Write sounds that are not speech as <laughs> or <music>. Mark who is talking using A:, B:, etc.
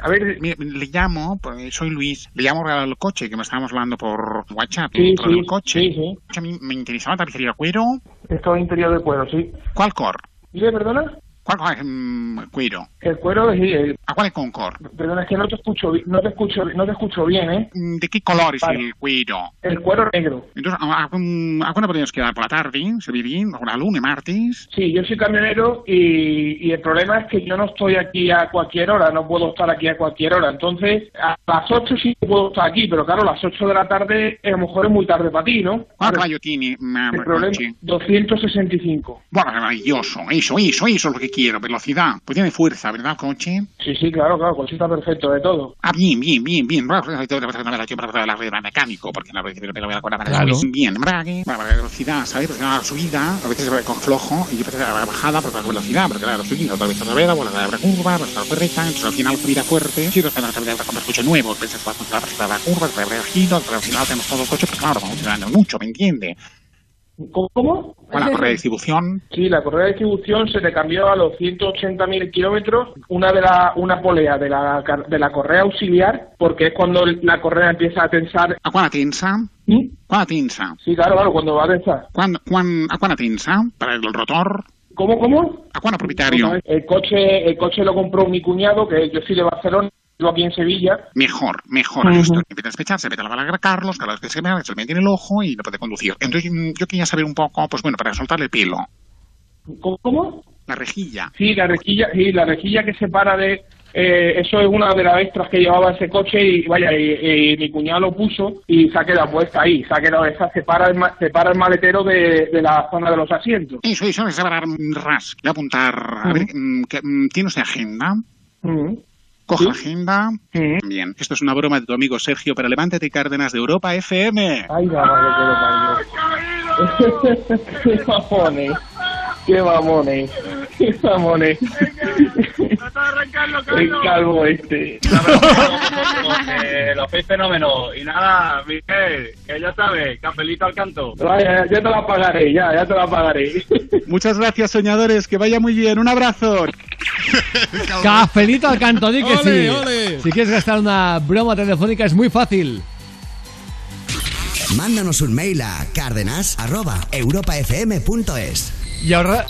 A: A ver, mire, le llamo, pues, soy Luis, le llamo regalo el coche, que me estábamos hablando por WhatsApp,
B: Sí,
A: regalo
B: sí,
A: el coche.
B: sí, sí.
A: A mí me interesaba tapicería cuero.
B: Esto es interior de cuero, sí.
A: ¿Cuál cor?
B: Dile, perdona,
A: ¿Cuál cor? Mm, cuero?
B: el cuero es... el-
A: ¿A cuál es con cor?
B: perdona, es que no te escucho, bi- no te escucho, no te escucho bien, ¿eh?
A: Mm, ¿De qué color es
B: Vale.
A: el cuero?
B: El cuero negro.
A: Entonces, ¿a, a, mm, a cuándo podríamos quedar? ¿Por la tarde? ¿Se ve bien? ¿O la lunes, martes?
B: Sí, yo soy camionero y, y el problema es que yo no estoy aquí a cualquier hora, no puedo estar aquí a cualquier hora. Entonces, a las 8 sí puedo estar aquí, pero claro, a las 8 de la tarde a lo mejor es muy tarde para ti, ¿no?
A: ¿Cuál
B: Pero
A: caballo tiene? mm,
B: el
A: el
B: problema
A: coche?
B: 265.
A: Bueno, maravilloso. Eso, eso, eso es lo que quiero. Velocidad. Pues tiene fuerza, ¿verdad, coche?
B: Sí, sí, claro, claro, cosita perfecto de todo.
A: Ah, bien, bien, bien, bien. pues, Mecánico, porque la velocidad que voy a acordar
C: Claro.
A: bien, embrague, para la velocidad, ¿sabes? Porque la subida, a veces se ve con flojo, y yo pensé la bajada, porque la velocidad, porque la subida, otra vez otra vez, bueno, la habrá curva, pues la correcta, entonces al final subida fuerte, sí, entonces la subida con el coche nuevo, pensé que va a funcionar para la curva, para el giro, pero al final tenemos todo el coche, pues claro, vamos funcionando mucho, ¿me entiende?
B: ¿Cómo- ¿Cómo?
A: Con la correa de distribución,
B: Sí, la correa de distribución se le cambió a los 180.000 kilómetros una de la una polea de la, car- de la correa auxiliar, porque es cuando la correa empieza a tensar.
A: ¿a cuál tensa?
B: ¿Mm?
A: ¿Cuál tensa?
B: Sí, claro, claro, cuando va a tensar.
A: ¿Cuán, cuán, ¿A cuál tensa? ¿Para el rotor?
B: ¿Cómo, cómo? Pues,
A: ¿A cuál propietario?
B: El coche, el coche lo compró mi cuñado, que yo soy de Barcelona, vivo aquí en Sevilla.
A: Mejor, mejor.
B: Ujú.
A: Esto empieza a despecharse, vete a la palabra Carlos, cada vez que se me se le mete en el ojo y lo puede conducir. Entonces mm, yo quería saber un poco, pues bueno, para soltarle el pelo,
B: ¿Cómo, ¿Cómo?
A: la rejilla.
B: Sí, la rejilla, sí, la rejilla que separa de... eh, eso es una de las extras que llevaba ese coche y vaya, y, y mi cuñado lo puso y se ha quedado puesta ahí, se ha quedado, esa separa el, ma- separa el maletero de, de la zona de los asientos.
A: Eso, eso es separar mm, ras. Le voy a apuntar, a
B: Ujú.
A: ver, mm, que, mm, ¿tiene usted agenda?
B: Mm,
A: Coja
B: Sí.
A: agenda.
B: mm.
A: Bien, esto es una broma de tu amigo Sergio para Levántate y Cárdenas de Europa FM.
B: Ay, la madre que lo parió. ¡Qué mamones! <laughs> ¡Qué mamones! ¡Qué mamones! <laughs> El calvo este.
D: Eh, lo hacéis fenómeno. Y nada, Miguel, que ya sabes, capelito al canto.
B: Vaya, ya te la pagaré, ya, ya te la pagaré.
A: Muchas gracias, soñadores. Que vaya muy bien. Un abrazo.
C: Cafelito al canto, di que
E: Ole,
C: sí.
E: ole.
C: Si quieres gastar una broma telefónica es muy fácil.
F: Mándanos un mail a cárdenas arroba europafm.es.
C: Y ahora,